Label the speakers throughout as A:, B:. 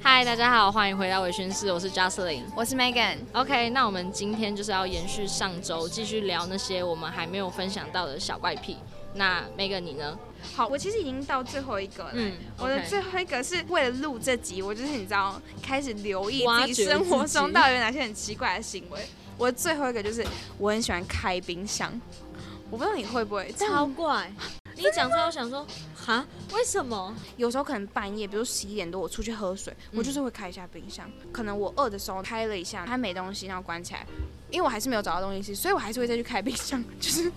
A: 嗨，大家好，欢迎回到微醺室，我是 Jocelyn。
B: 我是 Megan。
A: OK，那我们今天就是要延续上周，继续聊那些我们还没有分享到的小怪癖。那 Megan 你呢？
B: 好，我其实已经到最后一个了。
A: 嗯
B: 我的
A: OK
B: 最后一个是为了录这集，我就是你知道，开始留意
A: 挖
B: 自
A: 掘
B: 己生活
A: 自己
B: 中到底有哪些很奇怪的行为。我的最后一个就是我很喜欢开冰箱，我不知道你会不会，但
A: 超
B: 我
A: 怪！你一讲出来，我想说，哈，为什么？
B: 有时候可能半夜，比如十一点多我出去喝水，我就是会开一下冰箱。可能我饿的时候开了一下，它没东西，然后关起来，因为我还是没有找到东西吃，所以我还是会再去开冰箱。 就是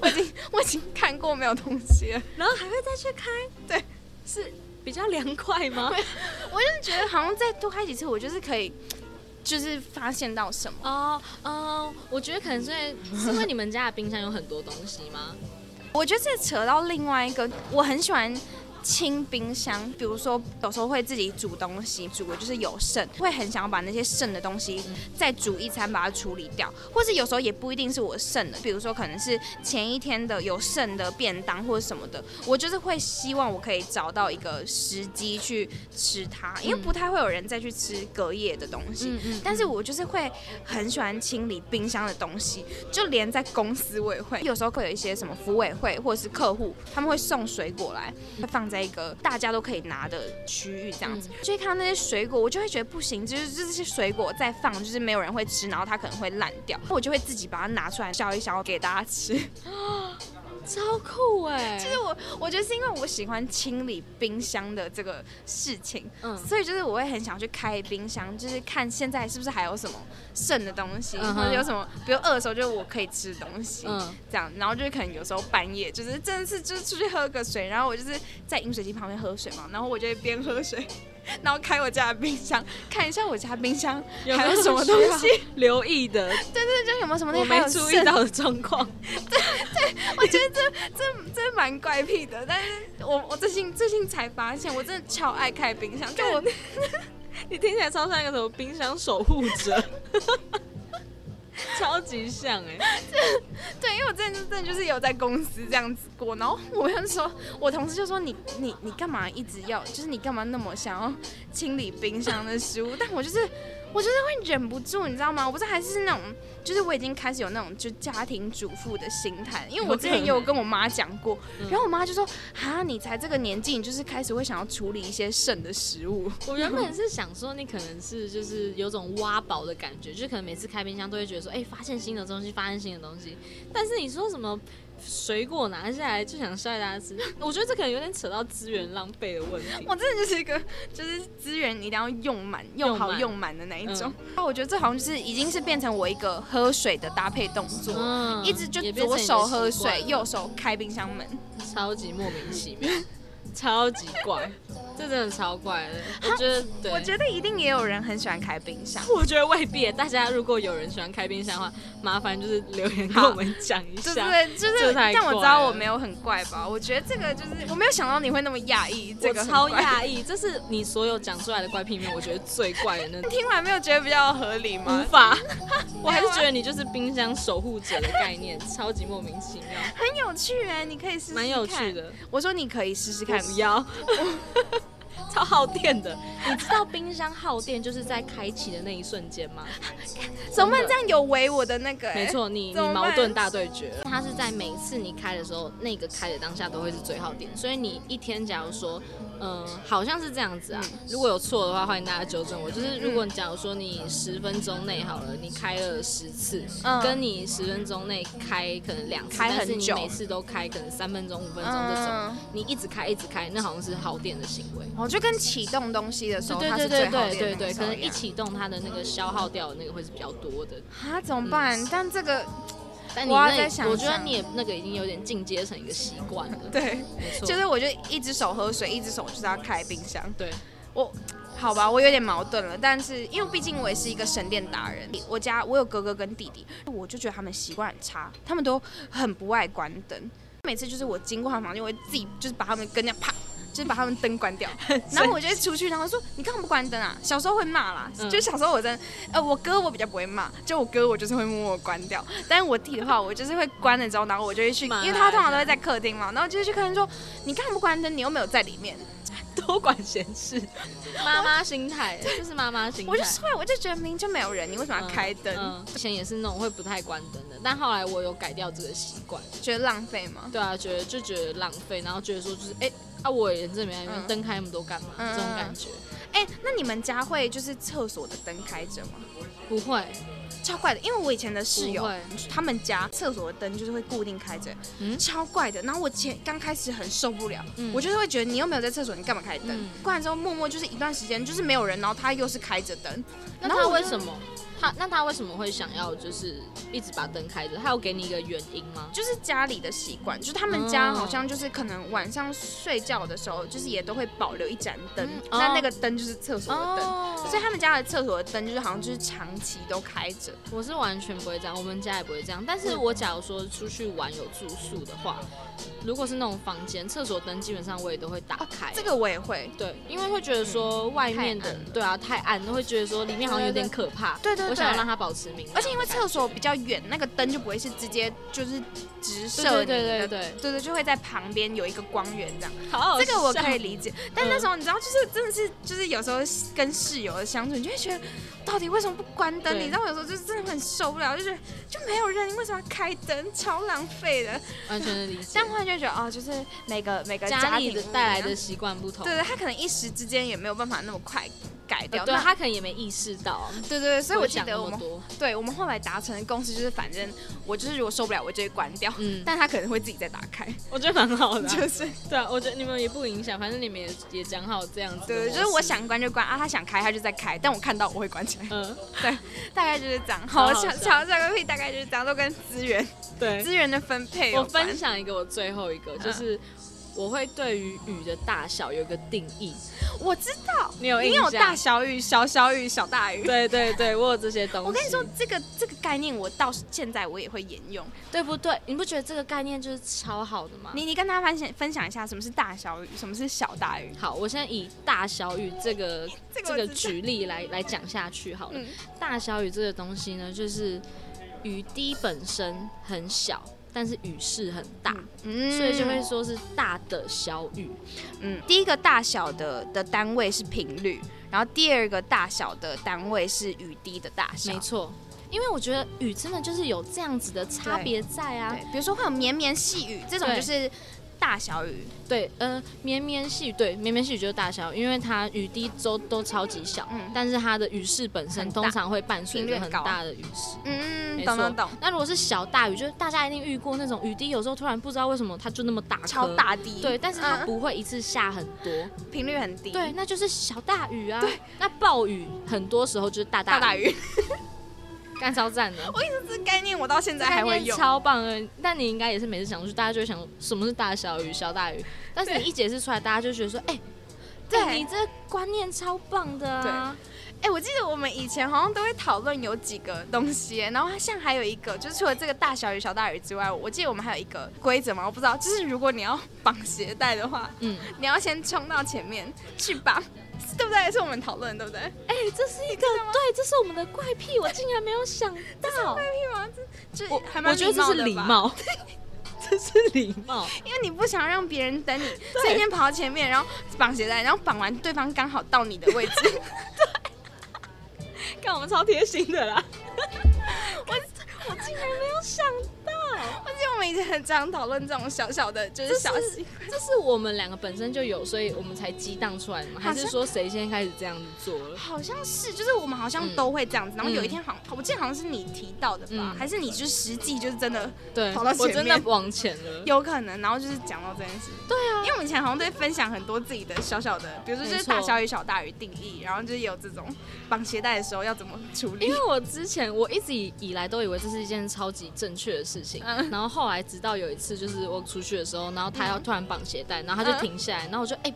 B: 我已经 我已经看过没有东西了，
A: 然后还会再去开？
B: 对，
A: 是比较凉快 吗？
B: 我就是觉得好像再多开几次，我就是可以，就是发现到什么。
A: 哦哦，我觉得可能是因为是因为你们家的冰箱有很多东西吗？
B: 我觉得这扯到另外一个，我很喜欢清冰箱，比如说有时候会自己煮东西，煮的就是有剩，会很想要把那些剩的东西再煮一餐，把它处理掉，或是有时候也不一定是我剩的，比如说可能是前一天的有剩的便当或者什么的，我就是会希望我可以找到一个时机去吃它，因为
A: 嗯
B: 不太会有人再去吃隔夜的东西，
A: 嗯
B: 但是我就是会很喜欢清理冰箱的东西，就连在公司我也会，有时候会有一些什么服委会或者是客户，他们会送水果来，会放在一个大家都可以拿的区域这样子，就会看到那些水果，我就会觉得不行，就是这些水果再放就是没有人会吃，然后它可能会烂掉，我就会自己把它拿出来削一削给大家吃。
A: 超酷哎、
B: 就是我我觉得是因为我喜欢清理冰箱的这个事情，
A: 嗯
B: 所以就是我会很想去开冰箱，就是看现在是不是还有什么剩的东西，
A: 嗯哼
B: 或者有什么，比如饿的时候就是我可以吃的东西，
A: 嗯，
B: 这样，然后就是可能有时候半夜就是真的是就是出去喝个水，然后我就是在饮水机旁边喝水嘛，然后我就会边喝水， 然后开我家的冰箱看一下我家冰箱还 有什么东西，
A: 留意 的？
B: 对对，对就有没有什么东
A: 我
B: 西还
A: 没
B: 有
A: 注意
B: 剩。
A: 到的状况。
B: 我觉得这这这蛮怪癖的，但是我我最近最近才发现，我真的超爱开冰箱，就我
A: 你听起来超像一个什么冰箱守护者， 超级像哎、
B: 对，因为我之前就真的就是有在公司这样子过，然后我就说，我同事就说你你你干嘛一直要，就是你干嘛那么想要清理冰箱的食物？ 但我就是我就是会忍不住，你知道吗？我不是还是那种，就是我已经开始有那种就家庭主妇的心态，因为我之前也有跟我妈讲过，然后我妈就说啊，你才这个年纪，你就是开始会想要处理一些剩的食物。
A: 我原本是想说，你可能是就是有种挖宝的感觉，就是可能每次开冰箱都会觉得说，哎、发现新的东西，发现新的东西。但是你说什么水果拿下来就想晒大家吃，我觉得这可能有点扯到资源浪费的问题。
B: 我真的就是一个，就是资源一定要用满、用
A: 用
B: 好、
A: 满嗯
B: 用满的那一种。那、我觉得这好像就是已经是变成我一个喝水的搭配动作，
A: 嗯
B: 一直就
A: 也变成
B: 左
A: 你的
B: 手喝
A: 习惯
B: 水，
A: 了
B: 右手开冰箱门。
A: 超级莫名其妙，超级怪，这真的超怪的。我觉得，对，
B: 我觉得一定也有人很喜欢开冰箱，
A: 我觉得未必。大家如果有人喜欢开冰箱的话，麻烦就是留言跟我们讲一
B: 对
A: 下。
B: 对对，就
A: 这
B: 是
A: 太
B: 让我知
A: 怪
B: 道
A: 了
B: 我没有很怪吧。我觉得这个就是我没有想到你会那么讶异，这
A: 我
B: 个很
A: 超
B: 怪。
A: 讶异，这是你所有讲出来的怪癖里面，我觉得最怪的那种。
B: 听完没有觉得比较合理吗
A: 无？ 法，我还是觉得你就是冰箱守护者的概念，超级莫名其妙，
B: 很有趣哎、你可以试试看。
A: 蛮有趣。的。
B: 我说你可以试试看
A: 看， 不要，超耗电的。你知道冰箱耗电就是在开启的那一瞬间 吗？
B: 怎么办？这样有违我的那个、欸
A: 没，错，你你
B: 怎么
A: 矛
B: 办
A: 盾大对决，它是在每一次你开的时候，那个开的当下都会是最耗电，所以你一天假如说，嗯、好像是这样子啊，如果有错的话，欢迎大家纠正我。就是如果你假如说你十分钟内好了，你开了十次，
B: 嗯
A: 跟你十分钟内开可能两次，
B: 开很
A: 但是你
B: 久
A: 每次都开可能三分钟、五分钟这种，
B: 嗯
A: 你一直开一直开，那好像是耗电的行为。
B: 哦，就跟启动东西的时候，
A: 对
B: 哦它
A: 对
B: 是
A: 对
B: 最耗
A: 对
B: 电
A: 对
B: 的那
A: 对，
B: 个时
A: 可
B: 候
A: 能
B: 一
A: 一
B: 样
A: 启动它的那个消耗掉的那个会是比较多的。
B: 啊，怎么办？
A: 嗯
B: 但这个
A: 但你
B: 我要
A: 那
B: 再
A: 也
B: 想
A: 我觉得
B: 想
A: 你也那个已经有点进阶成一个习惯了。，
B: 对，
A: 没错，
B: 就是我就一只手喝水，一只手就是要开冰箱。
A: 对，
B: 我好吧，我有点矛盾了，但是因为毕竟我也是一个省电达人，我家我有哥哥跟弟弟，我就觉得他们习惯很差，他们都很不爱关灯。每次就是我经过他们房间，我会自己就是把他们跟那样啪。就是把他们灯 关掉，然后我就会出去，然后说：“你干嘛不关灯啊？”小时候会骂啦，
A: 嗯
B: 就小时候我真，呃，我哥我比较不会骂，就我哥我就是会默默关掉， 但是我弟的话，我就是会关了之后，然后我就会去，
A: 骂
B: 因
A: 他
B: 为他通常都会在客厅嘛，然后我就会去客厅说：“你干嘛不关灯？你又没有在里面。”
A: 对多管闲事， 妈妈心态，就是妈妈心态。
B: 我就说，我就觉得明明就没有人，你为什么
A: 嗯
B: 要开灯？
A: 嗯以前也是那种会不太关灯的，但后来我有改掉这个习惯。
B: 觉得浪费吗？
A: 对啊，觉得就觉得浪费，然后觉得说就是哎、啊，我也这没来
B: 嗯
A: 灯开那么多干嘛？
B: 嗯
A: 这种感觉
B: 哎、那你们家会就是厕所的灯开着吗？
A: 不会，
B: 超怪的，因为我以前的室
A: 不
B: 友
A: 会，
B: 他们家厕所的灯就是会固定开着，
A: 嗯
B: 超怪的。然后我前刚开始很受不了，
A: 嗯
B: 我就是会觉得你又没有在厕所，你干嘛开灯？
A: 嗯
B: 关完之后默默就是一段时间就是没有人，然后他又是开着灯，
A: 那
B: 然后
A: 他
B: 我
A: 为
B: 就
A: 什么？他那他为什么会想要就是一直把灯开着？他有给你一个原因吗？
B: 就是家里的习惯，就是他们家
A: 哦
B: 好像就是可能晚上睡觉的时候，就是也都会保留一盏灯，
A: 嗯
B: 那
A: 哦
B: 那个灯就是厕所的灯。所以他们家的厕所的灯就是好像就是长期都开着，
A: 我是完全不会这样，我们家也不会这样。但
B: 嗯
A: 是我假如说出去玩有住宿的话，如果是那种房间，厕所灯基本上我也都会打开。
B: 啊这个我也会。
A: 对，因为会觉得说外面
B: 太
A: 的
B: 暗了
A: 对啊太暗，会觉得说里面好像有点可怕。
B: 对对对
A: 我想要让它保持明亮的感觉。
B: 而且因为厕所比较远，那个灯就不会是直接就是直射
A: 对对
B: 你
A: 对
B: 的
A: 对对，
B: 对对，就会在旁边有一个光源这样，
A: 好好
B: 这个我可
A: 笑
B: 以理解。但那时候你知道，就是真的是就是有时候跟室友的相处，你就会觉得到底为什么不关灯？
A: 对
B: 你知道我有时候就是真的很受不了，就觉得就没有人，你为什么要开灯？超浪费的。
A: 完全的理解。
B: 但后来就觉得哦，就是每个每个
A: 家里的
B: 庭
A: 带来的，习惯不同，
B: 对对，他可能一时之间也没有办法那么快改掉。
A: 呃对啊
B: 那
A: 他可能也没意识到。
B: 对对对，所以我记
A: 想那
B: 得我
A: 么
B: 们
A: 多，
B: 对我们后来达成的共识就是，反正我就是如果受不了，我就会关掉。
A: 嗯，
B: 但他可能会自己再打开，
A: 我觉得蛮好的啊、
B: 就是
A: 对啊，我觉得你们也不影响，反正你们也也讲好这样子的模式。
B: 对，就是我想关就关啊，他想开他就再开，但我看到我会关起来，
A: 嗯，
B: 大概就是这样。
A: 超
B: 好，
A: 好
B: 小
A: 笑
B: 小小个屁大概就是这样，都跟资源
A: 对，
B: 资源的分配有
A: 我
B: 关
A: 分享一个我最后一个，就是我会对于雨的大小有一个定义，
B: 我知道，
A: 你有印
B: 你
A: 象？
B: 有大小雨、小小雨、小大雨。
A: 对对对，我有这些东西。
B: 我跟你说，，这个这个概念，我到现在我也会沿用。
A: 对不对？你不觉得这个概念就是超好的吗？
B: 你你跟大家分享分享一下，什么是大小雨，什么是小大雨？
A: 好，我现在以大小雨这个
B: 这
A: 这
B: 我
A: 个
B: 知道
A: 举例来来讲下去好了。
B: 嗯
A: 大小雨这个东西呢，就是雨滴本身很小，但是雨势很大，
B: 嗯
A: 所以就会说是大的小雨。
B: 嗯，第一个大小的的单位是频率，然后第二个大小的单位是雨滴的大小。
A: 没错，因为我觉得雨真的就是有这样子的差别在啊
B: 对。，比如说会有绵绵细雨，这种
A: 对
B: 就是大小雨。
A: 对，呃，绵绵细雨，对，绵绵细雨就是大小雨，因为它雨滴都都超级小，
B: 嗯
A: 但是它的雨势本身
B: 很大
A: 通常会伴随
B: 频率
A: 着
B: 很
A: 很
B: 高
A: 大的雨势。
B: 嗯，
A: 没
B: 懂
A: 错
B: 懂懂，
A: 那如果是小大雨，就是大家一定遇过那种雨滴，有时候突然不知道为什么它就那么大，
B: 超，大嗯滴，
A: 对，但是它
B: 嗯
A: 不会一次下很多，
B: 频率很低，
A: 对，，那就是小大雨啊。对，那暴雨很多时候就是大
B: 大
A: 大
B: 大
A: 雨，
B: 雨。
A: 干超赞的，
B: 这概念我到现在还
A: 这
B: 会
A: 概念
B: 用。
A: 超棒的。但你应该也是每次想出去，大家就会想什么是大小雨、小大雨，但是你一解释出来，大家就觉得说，哎、
B: 对
A: 哎你这观念超棒的啊！
B: 哎、我记得我们以前好像都会讨论有几个东西，然后像还有一个，就是除了这个大小雨、小大雨之外，我记得我们还有一个规则嘛，我不知道，就是如果你要绑鞋带的话，
A: 嗯，
B: 你要先冲到前面去绑，对不对？是我们讨论，对不对？
A: 哎、这是一个对，这是我们的怪癖，我竟然没有想到。
B: 啊这
A: 我
B: 还蛮
A: 我觉得这是
B: 的
A: 礼
B: 吧，
A: 貌， 这是礼貌。
B: 因为你不想让别人等你，所以先跑到前面，然后绑鞋带，然后绑完对方刚好到你的位 置。
A: 看我们超贴心的 啦。
B: 我竟然没有想 到，我记得我们以前很常讨论这种小小的，就
A: 这
B: 是
A: 是
B: 小习
A: 这是我们两个本身就有，所以我们才激荡出来的吗？还
B: 好
A: 是
B: 像
A: 说谁先开始这样子做了？
B: 好像是，就是我们好像
A: 嗯
B: 都会这样子，然后有一
A: 嗯
B: 天好像，我记得好像是你提到的吧，
A: 嗯
B: 还是你就是实际就是真的
A: 对，
B: 跑到前
A: 我真的
B: 面
A: 往前了。
B: 有可能，然后就是讲到这件事。对啊，因为我们以前好像都会分享很多自己的小小的，比如说就是
A: 没错
B: 大小雨、小大雨定义，然后就是有这种绑鞋带的时候要怎么处理
A: 因。为我之前我一直以以来都以为这是一件超级正确的事情，
B: 嗯
A: 然后后来直到有一次就是我出去的时候，然后他要
B: 嗯
A: 突然绑鞋带，然后他就
B: 嗯
A: 停下来，然后我就哎、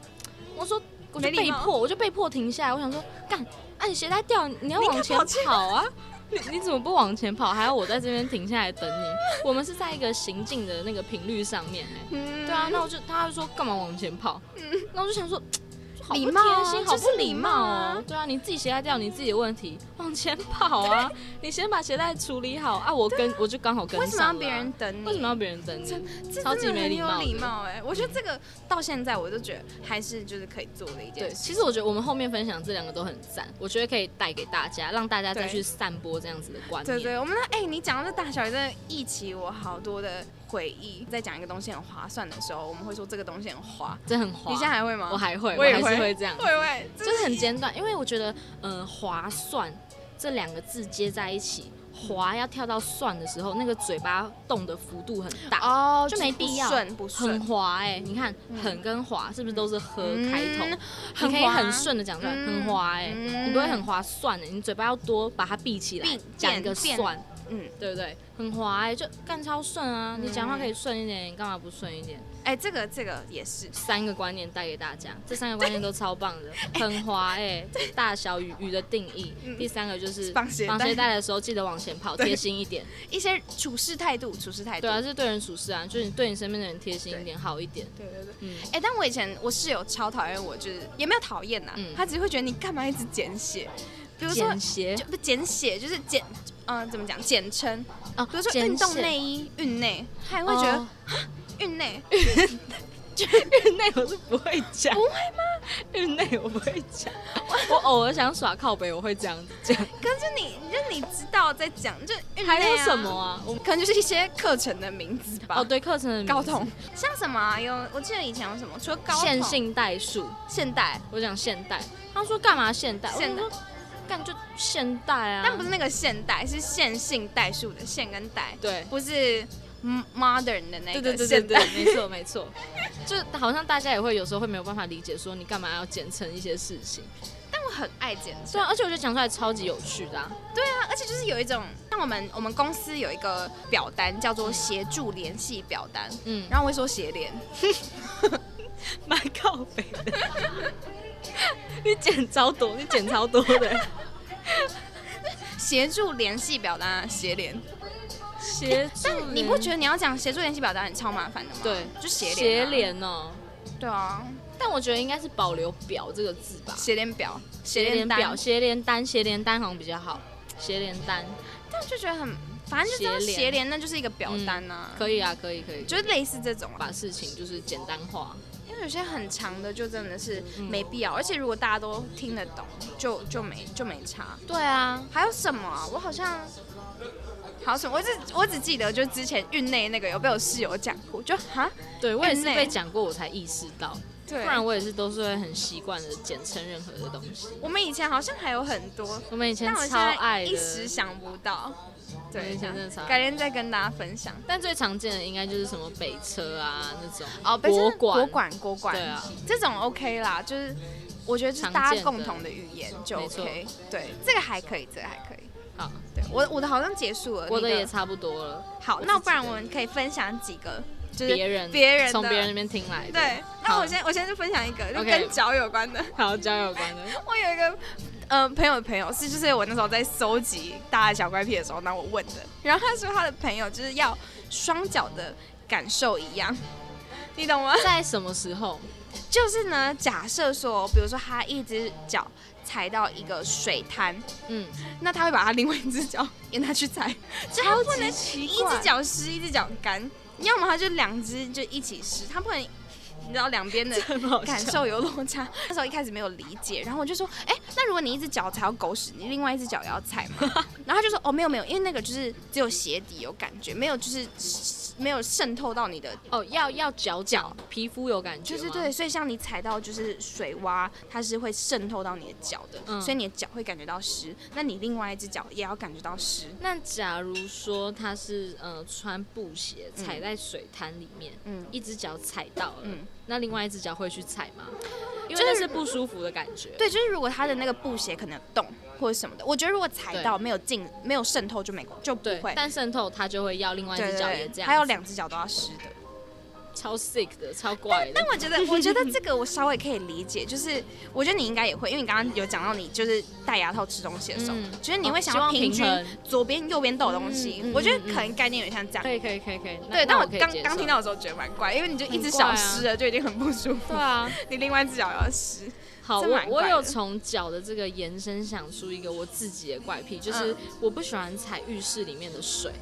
A: 我说我就
B: 没礼
A: 被
B: 貌
A: 迫我就被迫停下来，我想说干，啊你鞋带掉，你要
B: 你应该
A: 往前
B: 跑去
A: 跑啊。你你怎么不往前跑？还要我在这边停下来等你？我们是在一个行进的那个频率上面、欸，
B: 嗯
A: 对啊，那我就他就说干嘛往前跑？那我就想说，好
B: 礼
A: 不
B: 貌啊
A: 贴心，
B: 嗯就
A: 好不
B: 是
A: 礼
B: 礼
A: 貌
B: 貌
A: 哦
B: 啊。
A: 对啊，你自己鞋带掉，你自己的问题，往前跑啊！你先把鞋带处理好啊！我跟我就刚好跟
B: 为什么要
A: 上了
B: 别
A: 啊
B: 人等你？
A: 为什么要别人等你？
B: 这
A: 超级
B: 真的
A: 没
B: 很
A: 礼貌
B: 有
A: 的
B: 礼貌哎、我觉得这个到现在我都觉得还是就是可以做的一件
A: 对，
B: 事。
A: 其实我觉得我们后面分享这两个都很赞，我觉得可以带给大家，让大家再
B: 对
A: 去散播这样子的观
B: 对
A: 念。
B: 对，我们那哎、你讲到这大小也真的忆起我好多的回忆。在讲一个东西很划算的时候，我们会说这个东西很划。
A: 这很滑。
B: 你现在还会吗？
A: 我还会，
B: 我也
A: 还是
B: 会
A: 会这样子，
B: 会会，
A: 就是很简短，因为我觉得，嗯、划算这两个字接在一起，划要跳到算的时候，那个嘴巴动的幅度很大。
B: 哦，
A: 就没必要
B: 不顺不
A: 很
B: 顺，
A: 滑哎、你看
B: 嗯
A: 很跟滑是不是都是和开头？
B: 嗯
A: 你可以
B: 滑
A: 很顺的讲出来，
B: 嗯
A: 很滑哎、
B: 嗯
A: 你不会很划算的、你嘴巴要多把它闭起来
B: 闭，
A: 讲一个
B: 变
A: 算，
B: 嗯，
A: 对不对？很滑哎、就干超顺啊！你讲话
B: 嗯
A: 可以顺一点，你干嘛不顺一点？
B: 哎、这个这个也是，
A: 三个观念带给大家，这三个观念都超棒的，很滑 哎、大小与鱼的定义，
B: 嗯
A: 第三个就是
B: 绑鞋带
A: 绑鞋带的时候记得往前跑，
B: 对
A: 贴心一 点。
B: 一些处事态度，处事态度，
A: 对啊，这是对人处事啊，就是你对你身边的人贴心一点，好一点。
B: 对对对。
A: 嗯，
B: 哎、但我以前我室友超讨厌我，就是也没有讨厌呐，
A: 嗯
B: 他只会觉得你干嘛一直简写，比如说
A: 简鞋
B: 就不简写就是简，嗯、怎么讲简称，
A: 啊，
B: 比如说
A: 简
B: 运动
A: 写
B: 内衣运内，他也会觉得
A: 哦
B: 运内、
A: 运内我是不会讲，不会吗？运内我不会讲， 我偶尔想耍靠北，我会这样子讲。
B: 可是就你就你知道在讲就运内、啊、
A: 还有什么？啊？我
B: 可能就是一些课程的名字吧。
A: 哦，，对，课程的名字
B: 高筒像什么、啊、有，我记得以前有什么，除了高筒
A: 线性代数，
B: 现代，
A: 我讲现代，他说干嘛现代？
B: 现代
A: 我说干就现代啊，
B: 但不是那个现代，是线性代数的线跟代，
A: 对。
B: 不是 m- modern 的那
A: 对
B: 个
A: 对对对
B: 现代。
A: 对，没错没错， 就好像大家也会有时候会没有办法理解，说你干嘛要简称一些事情。
B: 但我 很爱简
A: 对啊，而且我觉得讲出来超级有趣的、啊，
B: 而且就是有一种，像我们我们公司有一个表单叫做协助联系表单，
A: 嗯，
B: 然后我会说协联，
A: 蛮靠北的。 你剪超多，你剪超多的。
B: 协助联系表单啊协联。
A: 协助
B: 但
A: 联，
B: 你不觉得你要讲协助联系表单很超麻烦的吗？，
A: 对
B: 就协
A: 协
B: 联、啊。。
A: 联哦？
B: 对啊，
A: 但我觉得应该是保留“表”这个字吧。
B: 协联表，
A: 协联
B: 单
A: 表、，协联单、协联单好像比较好。协联单
B: 但我就觉得很，反正就这样
A: 协联
B: 协联，那就是一个表单啊，
A: 可以啊，可以可以，就
B: 就是类似这种啊吧。
A: 把事情就是简单化。
B: 因为有些很长的就真的是
A: 嗯
B: 没必要，而且如果大家都听得懂，就就没就没差。
A: 对啊，
B: 还有什么啊？我好像还有什么？我只我只记得就之前运内那个有被我室友讲过，就哈
A: 对我也是
B: 人类
A: 被讲过，我才意识到，
B: 对，
A: 不然我也是都是会很习惯的简称任何的东西。
B: 我们以前好像还有很多，
A: 我们以前
B: 但我现
A: 超
B: 在
A: 爱
B: 一时
A: 的，
B: 想不到。
A: 我
B: 对，
A: 以前
B: 这
A: 真
B: 样
A: 的超爱
B: 改。天再跟大家分享。
A: 但最常见的应该就是什么北车啊那种
B: 哦，被
A: 国
B: 称
A: 馆
B: 国馆，国馆，
A: 对啊，
B: 这种 OK 啦，就是我觉得就是
A: 常
B: 大家
A: 见
B: 共
A: 的
B: 同的语言就
A: 没错
B: OK。对，这个还可以，这个还可以。
A: 好，
B: 对我我的好像结束了，
A: 我的
B: 你
A: 也差不多了。
B: 好，那不然我们可以分享几个，就是
A: 别人
B: 别人的
A: 从别人那边听来的，
B: 对。那我先我先就分享一个，就
A: OK
B: 跟脚有关的。
A: 好交友观的，
B: 我有一个呃朋友的朋友是，就是我那时候在搜集大家小怪癖的时候，那我问的，然后他说他的朋友就是要双脚的感受一样，你懂吗？
A: 在什么时候？
B: 就是呢，假设说，比如说他一只脚踩到一个水滩，
A: 嗯，
B: 那他会把他另外一只脚 也拿去踩，就他不能
A: 奇
B: 一只脚湿，一只脚干，要么他就两只就一起湿，他不能，你知道两边的感受有落差。 那时候一开始没有理解，然后我就说，哎、那如果你一只脚踩到狗屎，你另外一只脚也要踩 吗？然后他就说，哦，没有没有，因为那个就是只有鞋底有感觉，没有就是没有渗透到你的。
A: 哦，要要脚脚，皮肤有感觉
B: 就
A: 吗，
B: 是对，所以像你踩到就是水洼，它是会渗透到你的脚的，
A: 嗯
B: 所以你的脚会感觉到湿，那你另外一只脚也要感觉到湿。
A: 那假如说他是呃穿布鞋踩在水滩里面，
B: 嗯
A: 一只脚踩到了，
B: 嗯，
A: 那另外一只脚会去踩吗？因
B: 就
A: 为
B: 是
A: 那是不舒服的感觉。
B: 对，就是如果他的那个布鞋可能有洞或者什么的，我觉得如果踩到没有进、没有渗透就没就不
A: 对
B: 会。
A: 但渗透它就会要另外一
B: 对
A: 只脚也
B: 对
A: 这
B: 对，
A: 样，
B: 还有两只脚都要湿的。
A: 超 sick 的，超怪的
B: 但。我觉得，我觉得这个我稍微可以理解，就是我觉得你应该也会，因为你刚刚有讲到你就是戴牙套吃东西的时候，
A: 嗯
B: 就是你会想
A: 希
B: 要
A: 望
B: 平
A: 平
B: 均
A: 衡
B: 左边右边都有东西。
A: 嗯嗯
B: 我觉得
A: 嗯嗯
B: 可能概念有点像这样。
A: 可以可以可以可以。那那
B: 对，但
A: 我
B: 我
A: 可以
B: 刚
A: 接
B: 刚
A: 受
B: 听到的时候觉得蛮怪，因为你就一只
A: 很怪
B: 脚
A: 啊
B: 湿了就已经很不舒服，
A: 对啊，
B: 你另外一只脚要湿。
A: 好，
B: 这
A: 我
B: 蛮
A: 我
B: 怪
A: 有
B: 的
A: 从脚的这个延伸想出一个我自己的怪癖，就是
B: 嗯
A: 我不喜欢踩浴室里面的水，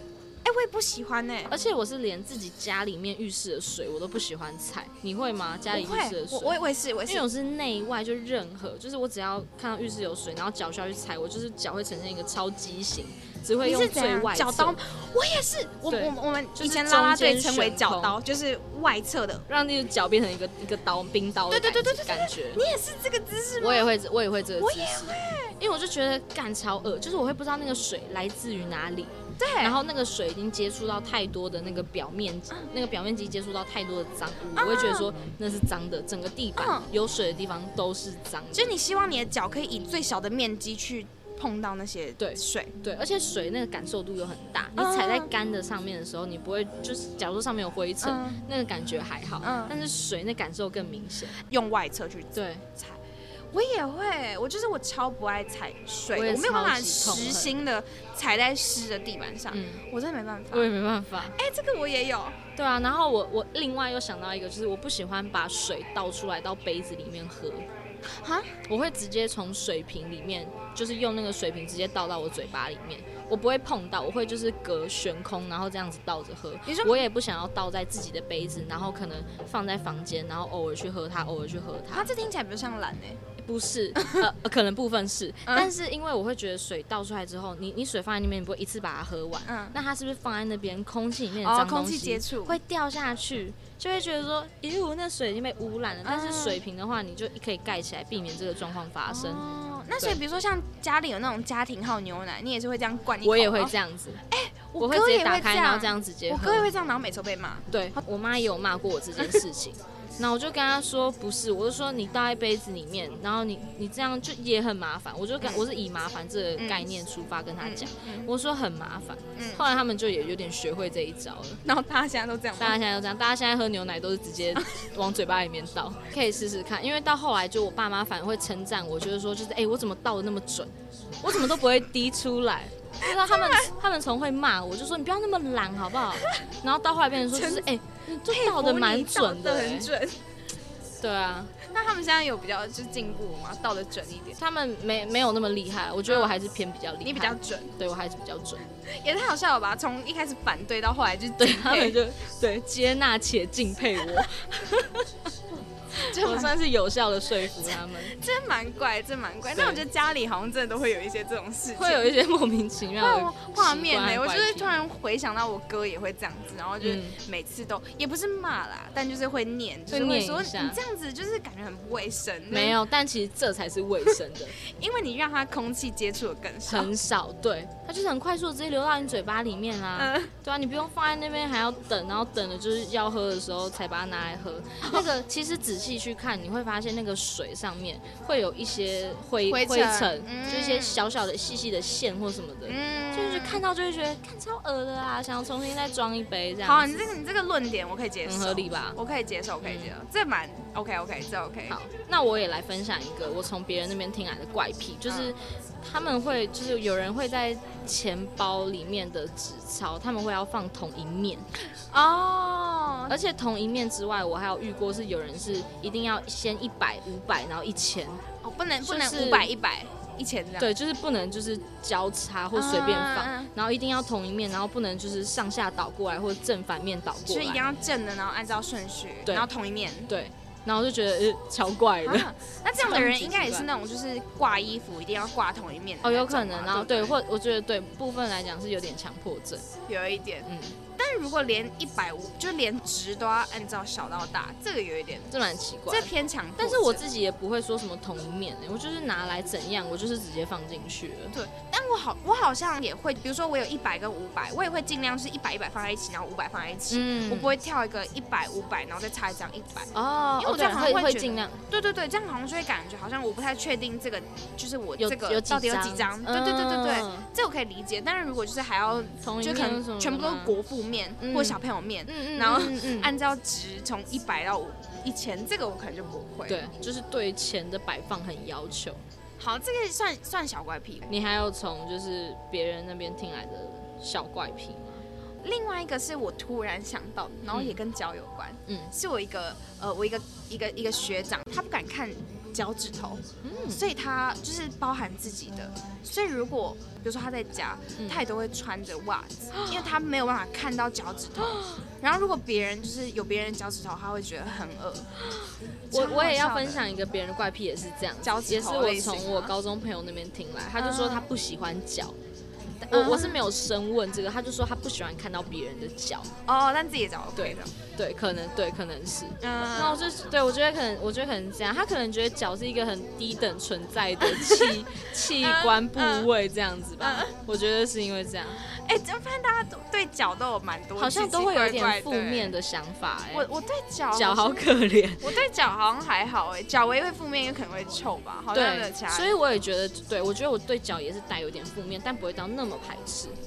B: 哎，我也不喜欢呢、
A: 而且我是连自己家里面浴室的水我都不喜欢踩。你会吗？家里
B: 我
A: 浴室
B: 会
A: 的，水
B: 我？我我也是，我也
A: 因为
B: 是。
A: 我是内外就任何，就是我只要看到浴室有水，然后脚需要去踩，我就是脚会呈现一个超畸形，只会
B: 你
A: 用
B: 是怎
A: 最
B: 样
A: 外
B: 脚
A: 侧
B: 刀？我也是，我
A: 对
B: 我我们
A: 就是
B: 以前啦啦队
A: 中间
B: 称为
A: 悬
B: 脚刀，就是外侧的。
A: 让那个脚变成一个一个刀冰刀的
B: 对对对对对
A: 感觉。
B: 你也是这个姿势吗？
A: 我也会，我也会这个
B: 我
A: 姿
B: 也
A: 势，因为我就觉得干超恶，就是我会不知道那个水来自于哪里，
B: 对，
A: 然后那个水已经接触到太多的那个表面积，那个表面积接触到太多的脏污，我会觉得说那是脏的，整个地板
B: 嗯
A: 有水的地方都是脏的。
B: 就是你希望你的脚可以以最小的面积去碰到那些
A: 对
B: 水，
A: 对，而且水那个感受度又很大，你
B: 嗯
A: 踩在干的上面的时候，你不会就是，假如说上面有灰尘，
B: 嗯，
A: 那个感觉还好，
B: 嗯
A: 但是水那感受更明显。
B: 用外侧去
A: 对，
B: 踩。我也会，我就是我超不爱踩水
A: 我
B: 的，
A: 也
B: 我没有办法
A: 超级痛
B: 实心的踩在湿的地板上，
A: 嗯，
B: 我真的没办法
A: 我。也没办法。
B: 哎、这个我也有，
A: 对啊，然后我我另外又想到一个，就是我不喜欢把水倒出来到杯子里面喝，
B: 哈，
A: 我会直接从水瓶里面，就是用那个水瓶直接倒到我嘴巴里面，我不会碰到，我会就是隔悬空，然后这样子倒着喝。
B: 你说
A: 我也不想要倒在自己的杯子，然后可能放在房间，然后偶尔去喝它，偶尔去喝它
B: 它。这听起来比较像懒哎、
A: 不 是，呃，呃可能部分是，
B: 嗯
A: 但是因为我会觉得水倒出来之后，你你水放在那边，你不会一次把它喝完，
B: 嗯，
A: 那它是不是放在那边空气里面的
B: 哦，
A: 脏
B: 空
A: 东
B: 气
A: 西
B: 接触，
A: 会掉下去，就会觉得说，咦，我那水已经被污染了。但是
B: 嗯
A: 水瓶的话，你就可以盖起来，避免这个状况发生。
B: 哦，那所以
A: 对
B: 比如说像家里有那种家庭号牛奶，你也是会这样灌一口哦
A: 我也会
B: 吗
A: 这样子，
B: 我
A: 会
B: 哥
A: 直
B: 也
A: 接打开，
B: 这
A: 然后这样直接
B: 我
A: 喝
B: 哥。也会这样，然后每次都被骂。
A: 对我妈也有骂过我这件事 情，那我就跟她说不是，我就说你倒在杯子里面，然后你你这样就也很麻烦。我就跟我是以麻烦这个概念出发跟她
B: 嗯
A: 讲，
B: 嗯
A: 我说很麻烦。
B: 嗯
A: 后来他们就也有点学会这一招了。
B: 然后大家现在都这样
A: 大家
B: 吗？
A: 现在都这样，大家现在喝牛奶都是直 接往嘴巴里面倒，可以试试看。因为到后来，就我爸妈反而会称赞我，就是说，就是哎、诶我怎么倒的那么准，我怎么都不会滴出来。就是他们，他们从会骂我，就说你不要那么懒好不好？然后到后来变成说，就是哎、诶你就倒的蛮准的、欸
B: 倒得
A: 诶
B: 很准。
A: 对啊，
B: 那他们现在有比较就是进步吗？倒的准一点，
A: 他们没没有那么厉害，我觉得我还是偏比较厉害。
B: 你比较准，
A: 对我还是比较准，
B: 也太好笑了吧？从一开始反对到后来就
A: 对
B: 敬
A: 他们
B: 佩
A: 就对接纳且敬佩 我，
B: 就
A: 我
B: 蛮
A: 算是有效的说服他们。
B: 真蛮怪，真蛮怪。
A: 对
B: 那我觉得家里好像真的都会有一些这种事情，
A: 会有一些莫名其妙
B: 会有
A: 的
B: 画面呢、
A: 呢，
B: 我就是突然回想到我哥也会这样子，然后就是
A: 嗯
B: 每次都、也不是骂啦，但就是会念，就是
A: 会
B: 会
A: 念
B: 说
A: 一下
B: 你这样子就是感觉很不卫生。
A: 没
B: 有，
A: 有，但其实这才是卫生 的，
B: 因为你让他空气接触的更少。
A: 很少对，它就是很快速地直接流到你嘴巴里面啦、
B: 嗯，
A: 对啊，你不用放在那边还要等，然后等了就是要喝的时候才把它拿来 喝。那个其实仔细去看，你会发现那个水上面会有一些灰
B: 灰尘
A: 尘，
B: 嗯
A: 就一些小小的细细的线或什么的，
B: 嗯
A: 就是看到就会觉得看超恶的啊，想要重新再装一杯这样子。
B: 好啊，你这个你这个论点我可以接受，
A: 很合理吧？
B: 我可以接受，我可以接受，这蛮 OK OK，这 OK。
A: 好，那我也来分享一个我从别人那边听来的怪癖，
B: 嗯
A: 就是他们会，就是有人会在钱包里面的纸钞，他们会要放同一面，
B: 哦，
A: 而且同一面之外，我还有遇过是有人是一定要先一百、五百，然后一千，
B: 哦，不能不
A: 就
B: 能
A: 是
B: 五百一百一千这样，
A: 对，就是不能就是交叉或随便放。
B: 嗯，嗯嗯
A: 然后一定要同一面，然后不能就是上下倒过来或者正反面倒过
B: 所以一定
A: 来，
B: 要正的，然后按照顺序，
A: 对
B: 然后同一 面。
A: 对。然后我就觉得呃超怪的，
B: 啊，那这样的人应该也
A: 超级奇
B: 是
A: 怪
B: 那种就是挂衣服一定要挂同一面的
A: 哦有
B: 那种
A: 可
B: 嘛
A: 能，然后
B: 对
A: 对，
B: 不
A: 或我觉得对部分来讲是有点强迫症，
B: 对有一点，
A: 嗯，
B: 但如果连一百五就连值都要按照小到大，这个有一点，
A: 这蛮奇怪的
B: 这。偏强迫症。
A: 但是我自己也不会说什么同一面、欸我就是拿来怎样，我就是直接放进去了。
B: 对，但我好，我好像也会，比如说我有一百跟五百，我也会尽量是一百一百放在一起，然后五百放在一起，
A: 嗯
B: 我不会跳一个一百五百，然后再插一张一百。
A: 哦，
B: 因为我
A: 哦
B: 这样
A: 对
B: 好像
A: 会
B: 会
A: 会
B: 觉得
A: 尽量
B: 对对对，这样好像就会感觉好像我不太确定这个，就是我
A: 有
B: 这个
A: 有
B: 到底有几张？对对对对对，
A: 嗯
B: 这我可以理解。但是如果就是还要，
A: 同一
B: 就
A: 面
B: 可
A: 或嗯什么
B: 能
A: 的
B: 全部都是
A: 吗，
B: 国父面
A: 嗯
B: 或小朋友面，
A: 嗯嗯，
B: 然后
A: 嗯嗯嗯
B: 按照值从一百到五一千，这个我可能就不会。，
A: 对，就是对钱的摆放很要求。
B: 好，这个算算小怪癖。
A: 你还有从就是别人那边听来的小怪癖吗？
B: 另外一个是我突然想到，然后也跟脚有关，
A: 嗯
B: 是我一个呃，我一个一个一个学长，他不敢看脚趾头，
A: 嗯，
B: 所以他就是包含自己的。所以如果比如说他在家，
A: 嗯
B: 他也都会穿着袜子，因为他没有办法看到脚趾 头。然后如果别人就是有别人的脚趾头，他会觉得很恶。
A: 我
B: 超
A: 我也
B: 好
A: 要
B: 笑
A: 分
B: 的
A: 享一个别人的怪癖，也是这样子
B: 脚，趾
A: 也是
B: 头
A: 我
B: 类型
A: 从我
B: 吗
A: 高中朋友那边听来，他就说
B: 嗯
A: 他不喜欢脚。呃我我是
B: 嗯
A: 没有深问这个，他就说他不喜欢看到别人的脚，
B: 哦，但自己的脚 OK
A: 对
B: 的。
A: 对，可能对，可能是。
B: 嗯，
A: 那我就是对我觉得可能，我觉得可能这样，他可能觉得脚是一个很低等存在的 器器官部位这样子
B: 嗯
A: 吧。我觉得是因为这样，
B: 哎、怎么发现大家都对脚都有蛮多
A: 好像
B: 奇奇
A: 都会有一
B: 怪
A: 点负
B: 怪的
A: 面。的想法、
B: 我
A: 哎，
B: 我对脚
A: 脚好
B: 我是
A: 可怜。
B: 我对脚好像还好哎、脚唯一会负面，也可能会臭吧，好像没有
A: 对
B: 其，他。
A: 所以我也觉得，对我觉得我对脚也是带有点负面，但不会到那么排斥。 嗯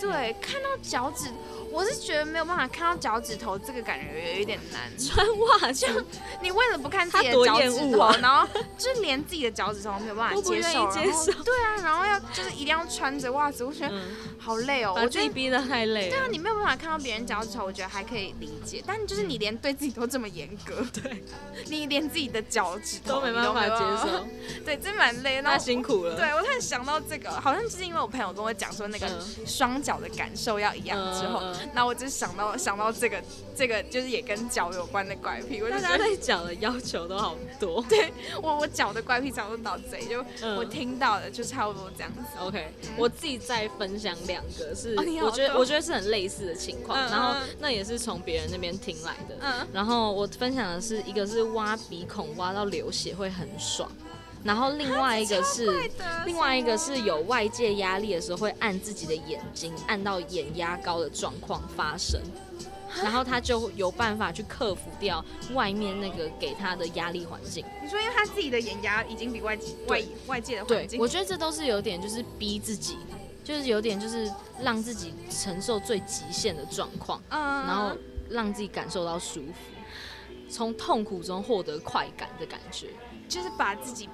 B: 对，看到脚趾，我是觉得没有办法看到脚趾头，这个感觉有一点难。
A: 穿袜子
B: 你为了不看自己
A: 他
B: 的
A: 多
B: 脚
A: 厌
B: 趾
A: 恶
B: 头，
A: 啊
B: 然后就连自己的脚趾头都没有办法
A: 都不
B: 接
A: 愿意
B: 受，
A: 接
B: 然后
A: 受
B: 对啊，然后要就是一定要穿着袜子，我觉得
A: 嗯，
B: 好累哦。
A: 把
B: 我
A: 自
B: 觉
A: 己
B: 得
A: 逼得太累
B: 对啊，
A: 了。
B: 你没有办法看到别人脚趾头，我觉得还可以理解，但就是你连对自己都这么严格，
A: 对，
B: 你连自己的脚趾头
A: 都没
B: 你
A: 办法
B: 办
A: 接
B: 法
A: 受，
B: 对，真蛮累。
A: 那
B: 那
A: 辛苦了。
B: 对我突然想到这个，好像就是因为我朋友跟我讲说那个
A: 嗯
B: 双脚的感受要一样之后
A: 嗯嗯嗯，
B: 那、我就想到想到这个这个就是也跟脚有关的怪癖，我
A: 大
B: 就觉
A: 家
B: 得
A: 对脚的要求都好多。
B: 我我脚的怪癖讲不到这里，就、
A: 嗯
B: 我听到的就差不多这样子。
A: OK，我自己再分享两个是，
B: 哦你好
A: 我觉得
B: 多
A: 我觉得是很类似的情况，
B: 嗯
A: 然后
B: 嗯
A: 那也是从别人那边听来的。
B: 嗯，
A: 然后我分享的是一个是挖鼻孔挖到流血会很爽，然
B: 啊
A: 后另外一个是
B: 对的
A: 另外一个是有外界压力的时候会按自己的眼睛，按到眼压高的状况发生，然后他就有办法去克服掉外面那个给他的压力环境。
B: 你说，因为他自己的眼压已经比外界外外界的环
A: 对，
B: 境，
A: 我觉得这都是有点就是逼自己，就是有点就是让自己承受最极限的状况，
B: 嗯
A: 然后让自己感受到舒服，从痛苦中获得快感的感觉。
B: 就是把自己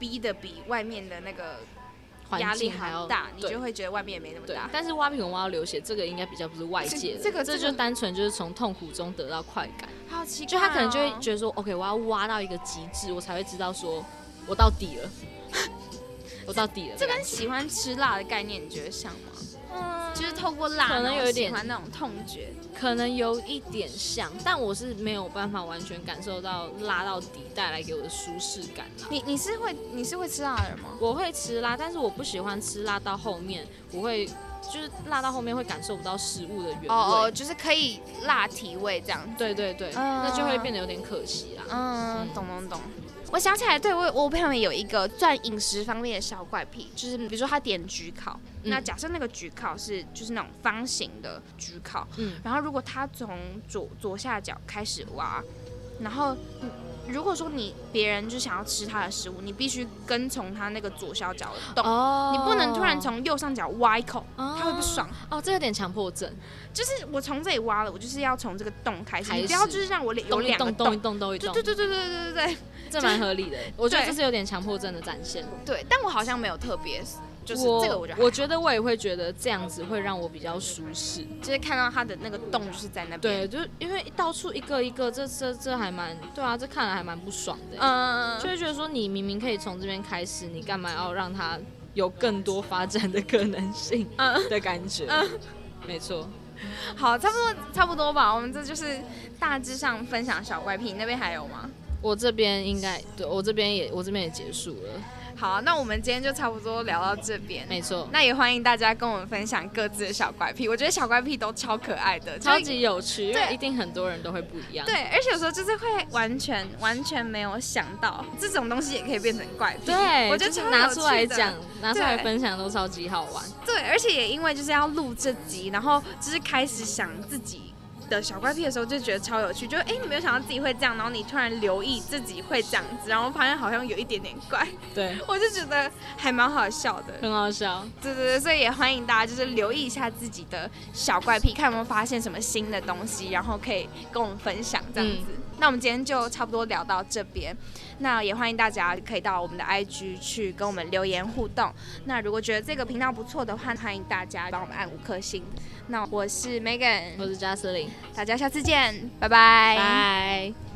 B: 逼的比外面的那个
A: 环
B: 压力
A: 境还
B: 还
A: 要
B: 大，你
A: 对
B: 就会觉得外面也没那么
A: 对
B: 大，。
A: 但是挖鼻孔挖到流血，这个应该比较不是外界的，
B: 这这个
A: 这
B: 这个
A: 就单纯就是从痛苦中得到快感，
B: 好奇怪、
A: 就
B: 哦，
A: 他可能就会觉得说，OK，我要挖到一个极致，我才会知道说我到底了， 我到底了的
B: 这
A: 感觉。
B: 跟喜欢吃辣的概念，你觉得像吗？嗯，就是透过辣，
A: 可能有一点
B: 然后喜欢那种痛觉。
A: 可能有一点像，但我是没有办法完全感受到辣到底带来给我的舒适感啦。
B: 你你是会你是会吃辣的人吗？
A: 我会吃辣，但是我不喜欢吃辣到后面，我会就是辣到后面会感受不到食物的原味。
B: 哦哦，就是可以辣提味这样。
A: 对对对，
B: 嗯
A: 那就会变得有点可惜啦。
B: 嗯
A: 啊嗯，
B: 懂懂懂。我想起来，对我我朋友有一个算饮食方面的小怪癖，就是比如说他点焗烤，
A: 嗯
B: 那假设那个焗烤是就是那种方形的焗烤，
A: 嗯，
B: 然后如果他从左左下角开始挖，然后嗯如果说你别人就想要吃他的食物，你必须跟从他那个左小角的洞，
A: 哦
B: 你不能突然从右上角挖一口，
A: 他
B: 他会不爽。
A: 哦，这有点强迫症，
B: 就是我从这里挖了，我就是要从这个洞开始，
A: 开
B: 你不要
A: 始
B: 就是让我有
A: 动一
B: 两个
A: 动动一动动一
B: 对
A: 动
B: 对，对对对对对对
A: 这蛮合理的。我觉得
B: 对
A: 这是有点强迫症的展现。
B: 对，但我好像没有特别，就是
A: 我
B: 这个我觉得还好
A: 我觉得我也会觉得这样子会让我比较舒适。
B: 就是看到他的那个洞就是在那
A: 对，
B: 边，
A: 就是因为到处一个一个，这这这还蛮对啊，这看来还蛮不爽的、
B: 嗯，
A: 就会觉得说你明明可以从这边开始，你干嘛要让它有更多发展的可能性？
B: 嗯
A: 的感觉，没错，
B: 好，差不多差不多吧，我们这就是大致上分享小怪癖，你那边还有吗？
A: 我这边应该对我这边也我这边也结束了，
B: 好，那我们今天就差不多聊到这边。
A: 没错，
B: 那也欢迎大家跟我们分享各自的小怪癖，我觉得小怪癖都超可爱的，就是
A: 超级有趣，因为
B: 对
A: 一定很多人都会不一样。
B: 对，而且有时候就是会完全完全没有想到这种东西也可以变成怪癖，
A: 对，
B: 我觉得
A: 就是
B: 超
A: 拿
B: 有
A: 出
B: 趣
A: 来
B: 的
A: 讲，拿出来
B: 对
A: 分享都超级好玩。
B: 对，而且也因为就是要录这集，然后就是开始想自己的小怪癖的时候，就觉得超有趣。就哎，诶你没有想到自己会这样，然后你突然留意自己会这样子，然后发现好像有一点点怪，
A: 对，
B: 我就觉得还蛮好笑的。
A: 很好笑。
B: 对对对，所以也欢迎大家就是留意一下自己的小怪癖，看有没有发现什么新的东西，然后可以跟我们分享这样子。那我们今天就差不多聊到这边，那也欢迎大家可以到我们的 IG 去跟我们留言互动。那如果觉得这个频道不错的话，欢迎大家帮我们按五颗星。那我是
A: 我
B: Megan，
A: 是加斯林，
B: 大家下次见，拜拜
A: 拜。